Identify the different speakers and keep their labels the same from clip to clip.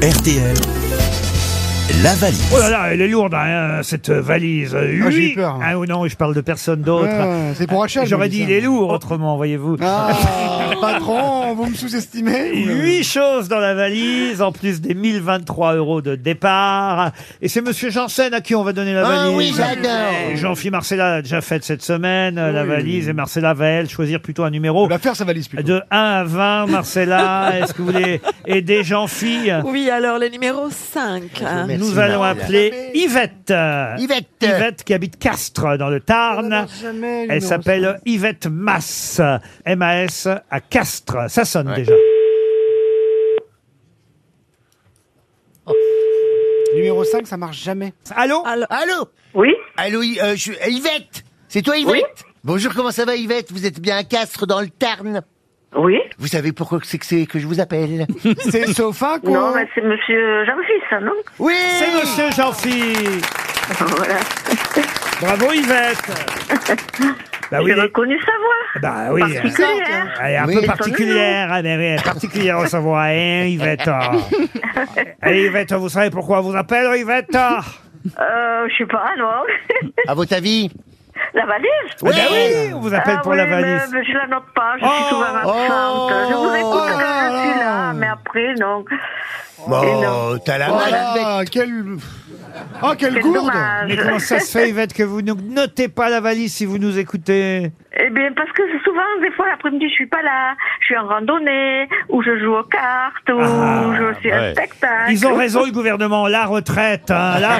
Speaker 1: RTL, la valise.
Speaker 2: Oh là là, elle est lourde, hein, cette valise.
Speaker 3: Ah, j'ai
Speaker 2: Huit-
Speaker 3: eu peur.
Speaker 2: Ah, ou non, je parle de personne d'autre.
Speaker 3: Ah, c'est pour Rachel,
Speaker 2: J'aurais
Speaker 3: je dis
Speaker 2: dit, il
Speaker 3: ça.
Speaker 2: est lourd autrement, voyez-vous.
Speaker 3: Ah, patron, vous me sous-estimez
Speaker 2: Huit choses dans la valise, en plus des 1023 euros de départ. Et c'est Monsieur Janssen à qui on va donner la valise.
Speaker 3: Ah oui, j'adore.
Speaker 2: Et Jean-Philippe Marcella a déjà fait cette semaine euh, la valise et Marcella va, elle, choisir plutôt un numéro
Speaker 3: On va faire sa euh, valise plutôt.
Speaker 2: de 1 à 20. Marcella, est-ce que vous voulez aider Jean-Philippe
Speaker 4: Oui, alors le numéro 5. hein.
Speaker 5: Merci,
Speaker 2: Nous allons
Speaker 5: Marcella.
Speaker 2: appeler Yvette. Euh,
Speaker 5: Yvette.
Speaker 2: Yvette qui habite Castres dans le
Speaker 3: Oh,
Speaker 2: Tarn. Elle s'appelle Yvette Mass. M-A-S à Castres. Ça sonne déjà.
Speaker 3: Numéro 5, ça marche jamais.
Speaker 2: Allô
Speaker 4: Alors,
Speaker 5: Allô
Speaker 6: Oui,
Speaker 5: Allô, I- euh, je- euh, Yvette C'est toi, Yvette
Speaker 6: Oui.
Speaker 5: Bonjour, comment ça va, Yvette Vous êtes bien à Castres, dans le Tarn
Speaker 6: oui.
Speaker 5: Vous savez pourquoi que c'est que, c'est que je vous appelle
Speaker 3: C'est Sofa quoi.
Speaker 6: Non, mais c'est Monsieur Jean-Fils, ça, non
Speaker 5: Oui
Speaker 2: C'est monsieur Jean-Philippe.
Speaker 6: Voilà.
Speaker 2: Bravo Yvette. Bah oui,
Speaker 6: J'ai reconnu sa voix.
Speaker 2: bah oui. euh,
Speaker 6: Particulière.
Speaker 2: Elle est un
Speaker 5: Oui.
Speaker 2: peu particulière, elle est elle est particulière, on s'en voit, hein, Yvette. Allez, Yvette, vous savez pourquoi on vous appelle, Yvette
Speaker 6: Euh, je sais pas, non.
Speaker 5: À votre avis
Speaker 6: la valise
Speaker 2: Eh ben oui, on vous appelle
Speaker 6: Ah
Speaker 2: pour
Speaker 6: oui,
Speaker 2: la valise.
Speaker 6: Mais, mais je la note pas, je
Speaker 2: Oh.
Speaker 6: suis souvent absente. je vous écoute
Speaker 5: Oh.
Speaker 6: quand je suis là, mais après, non. Et
Speaker 5: Bon,
Speaker 6: non.
Speaker 5: t'as la
Speaker 3: Oh
Speaker 5: malle,
Speaker 3: là,
Speaker 5: Yvette.
Speaker 3: quel... Oh, quelle
Speaker 6: Quel
Speaker 3: gourde
Speaker 6: dommage.
Speaker 2: Mais comment ça se fait, Yvette, que vous ne notez pas la valise si vous nous écoutez
Speaker 6: Eh bien, parce que souvent, des fois, l'après-midi, je suis pas là. Je suis en randonnée, ou je joue aux cartes, ou je suis à un spectacle.
Speaker 2: Ah, Ils ont raison, le gouvernement. La retraite, hein, la
Speaker 6: Ah,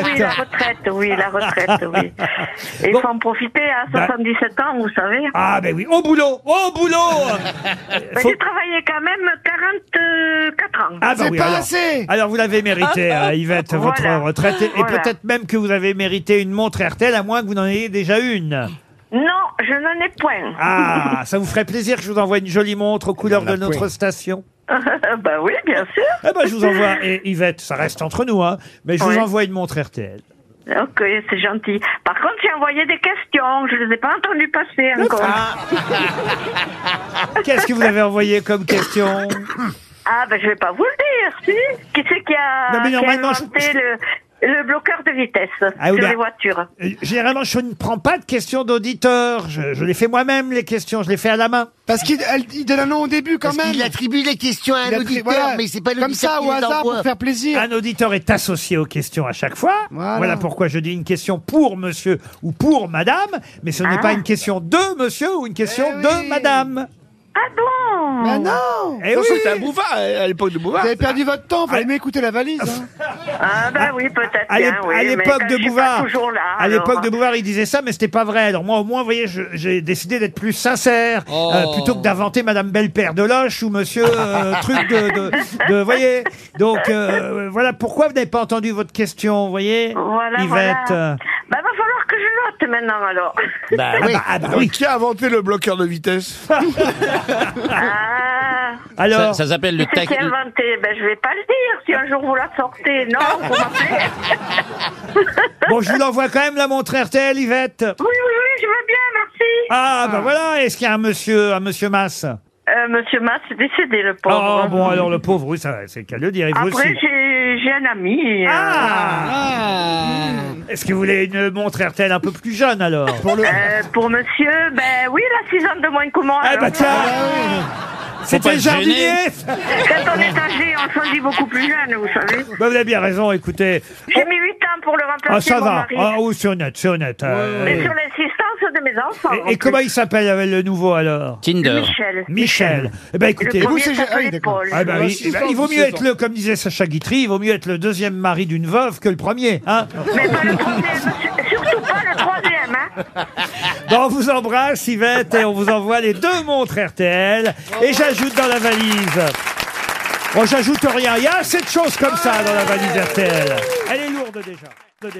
Speaker 6: Eh Oui, la
Speaker 2: retraite.
Speaker 6: retraite, oui, la retraite, oui. Et il
Speaker 2: Bon.
Speaker 6: faut en profiter à
Speaker 2: Bah.
Speaker 6: 77 ans, vous savez.
Speaker 2: Ah ben oui, au boulot, au boulot
Speaker 6: Mais
Speaker 2: Faut-
Speaker 6: J'ai travaillé quand même 44 ans.
Speaker 2: Ah bah
Speaker 3: C'est
Speaker 2: oui,
Speaker 3: pas
Speaker 2: alors.
Speaker 3: assez
Speaker 2: Alors vous l'avez mérité, euh, Yvette,
Speaker 6: Ah, Voilà.
Speaker 2: votre retraite. Et, et
Speaker 6: Voilà.
Speaker 2: peut-être même que vous avez mérité une montre RTL, à moins que vous n'en ayez déjà une.
Speaker 6: Non, je n'en ai point.
Speaker 2: Ah, ça vous ferait plaisir que je vous envoie une jolie montre
Speaker 3: Eh
Speaker 2: aux couleurs de notre station
Speaker 6: bah oui, bien sûr.
Speaker 2: Eh ben je vous envoie, et Yvette, ça reste entre nous, hein, mais je vous
Speaker 6: Ouais.
Speaker 2: envoie une montre RTL.
Speaker 6: Ok, c'est gentil. Par contre, j'ai envoyé des questions. Je ne les ai pas entendues passer encore. Ah,
Speaker 2: Qu'est-ce que vous avez envoyé comme question
Speaker 6: ben je vais pas vous le dire, si. Qui c'est qui a,
Speaker 2: Non, mais
Speaker 6: qui a
Speaker 2: normalement, je-
Speaker 6: inventé le, le bloqueur de vitesse
Speaker 2: Ah oui,
Speaker 6: sur
Speaker 2: ben-
Speaker 6: les voitures
Speaker 2: Euh, Généralement, je ne prends pas de questions d'auditeurs. Je, je les fais moi-même, les questions. Je les fais à la main.
Speaker 3: Parce qu'il elle- il donne un nom au début quand
Speaker 5: Parce
Speaker 3: même.
Speaker 5: qu'il attribue les questions à un
Speaker 3: Il a tri-
Speaker 5: auditeur,
Speaker 3: voilà.
Speaker 5: mais c'est pas l'auditeur
Speaker 3: Comme ça,
Speaker 5: qui
Speaker 3: au
Speaker 5: les
Speaker 3: hasard,
Speaker 5: envoie.
Speaker 3: pour faire plaisir.
Speaker 2: Un auditeur est associé aux questions à chaque fois.
Speaker 3: Voilà.
Speaker 2: pourquoi je dis une question pour monsieur ou pour madame, mais ce n'est
Speaker 6: Ah.
Speaker 2: pas une question de monsieur ou une question
Speaker 3: Eh
Speaker 2: de
Speaker 3: oui.
Speaker 2: madame.
Speaker 6: Ah bon
Speaker 3: Ah non
Speaker 2: Eh oui.
Speaker 3: Vous avez perdu votre temps, fallait
Speaker 2: Ah.
Speaker 3: m'écouter la valise. hein.
Speaker 6: Ah ben oui, peut-être
Speaker 2: À l'ép-
Speaker 6: bien, oui.
Speaker 2: à
Speaker 6: mais
Speaker 2: l'époque
Speaker 6: quand
Speaker 2: de
Speaker 6: je suis pas
Speaker 2: Bouvard,
Speaker 6: toujours là,
Speaker 2: à l'époque
Speaker 6: alors.
Speaker 2: de Bouvard, il disait ça, mais c'était pas vrai. Alors moi, au moins, vous voyez, je- j'ai décidé d'être plus sincère euh, plutôt que d'inventer Madame Belle-Père de Loche ou Monsieur euh, truc de, de- de- vous voyez. Donc euh, voilà pourquoi vous n'avez pas entendu votre question, vous voyez,
Speaker 6: Voilà,
Speaker 2: Yvette.
Speaker 6: voilà.
Speaker 2: euh,
Speaker 6: Bah, va falloir que je note maintenant, alors.
Speaker 5: Bah oui.
Speaker 2: Ah bah oui.
Speaker 7: Qui a inventé le bloqueur de vitesse
Speaker 2: Bah.
Speaker 6: Ah,
Speaker 2: Alors,
Speaker 8: Ça, ça s'appelle le
Speaker 6: c'est
Speaker 8: tac.
Speaker 6: qui a inventé Ben, je vais pas le dire, si un jour vous la sortez, non vous m'appelez.
Speaker 2: bon, je vous l'envoie quand même la montre RTL, Yvette.
Speaker 6: Oui, oui, oui, je veux bien, merci.
Speaker 2: Ah, bah voilà, est-ce qu'il y a un monsieur, un monsieur Mass
Speaker 6: Euh, Monsieur Mas est décédé, le pauvre.
Speaker 2: Oh, bon, alors le pauvre, oui, ça, c'est qu'à le dire, et vous
Speaker 6: Après,
Speaker 2: aussi.
Speaker 6: j'ai j'ai un ami. euh,
Speaker 2: Ah Est-ce que vous voulez une montre RTL un peu plus jeune, alors
Speaker 3: Pour le...
Speaker 6: euh, pour monsieur, ben oui, il a 6 ans de moins que moi.
Speaker 2: Ah,
Speaker 6: alors.
Speaker 2: bah tiens C'était
Speaker 8: pas
Speaker 2: le
Speaker 8: se gêner.
Speaker 2: jardinier
Speaker 6: Quand on est âgé, on s'en dit beaucoup plus jeune, vous savez.
Speaker 2: Bah, vous avez bien raison, écoutez.
Speaker 6: J'ai mis 8 ans pour le remplacer,
Speaker 2: Ah, ça
Speaker 6: mon
Speaker 2: va.
Speaker 6: mari.
Speaker 2: Ah, oui, c'est honnête, c'est honnête. euh,
Speaker 6: Et sur l'insistance de mes enfants. en
Speaker 2: et, et
Speaker 6: plus.
Speaker 2: comment il s'appelle, euh, le nouveau, alors
Speaker 8: Tinder.
Speaker 6: Michel.
Speaker 2: Michel. Eh ben, écoutez...
Speaker 6: le
Speaker 3: vous,
Speaker 6: premier
Speaker 3: c'est- ah oui,
Speaker 6: s'appelait
Speaker 3: d'accord.
Speaker 6: Paul.
Speaker 2: Ah bah oui,
Speaker 3: Six
Speaker 2: eh ben,
Speaker 3: ans,
Speaker 2: il vaut
Speaker 3: six
Speaker 2: mieux être
Speaker 3: ans.
Speaker 2: le, comme disait Sacha Guitry, il vaut mieux être le deuxième mari d'une veuve que le premier. Hein
Speaker 6: Mais pas le troisième, surtout pas le troisième, hein.
Speaker 2: Bon, on vous embrasse, Yvette, et on vous envoie les deux montres RTL. Et j'ajoute dans la valise. Bon, j'ajoute rien. Il y a assez de choses comme ça dans la valise RTL. Elle est lourde déjà.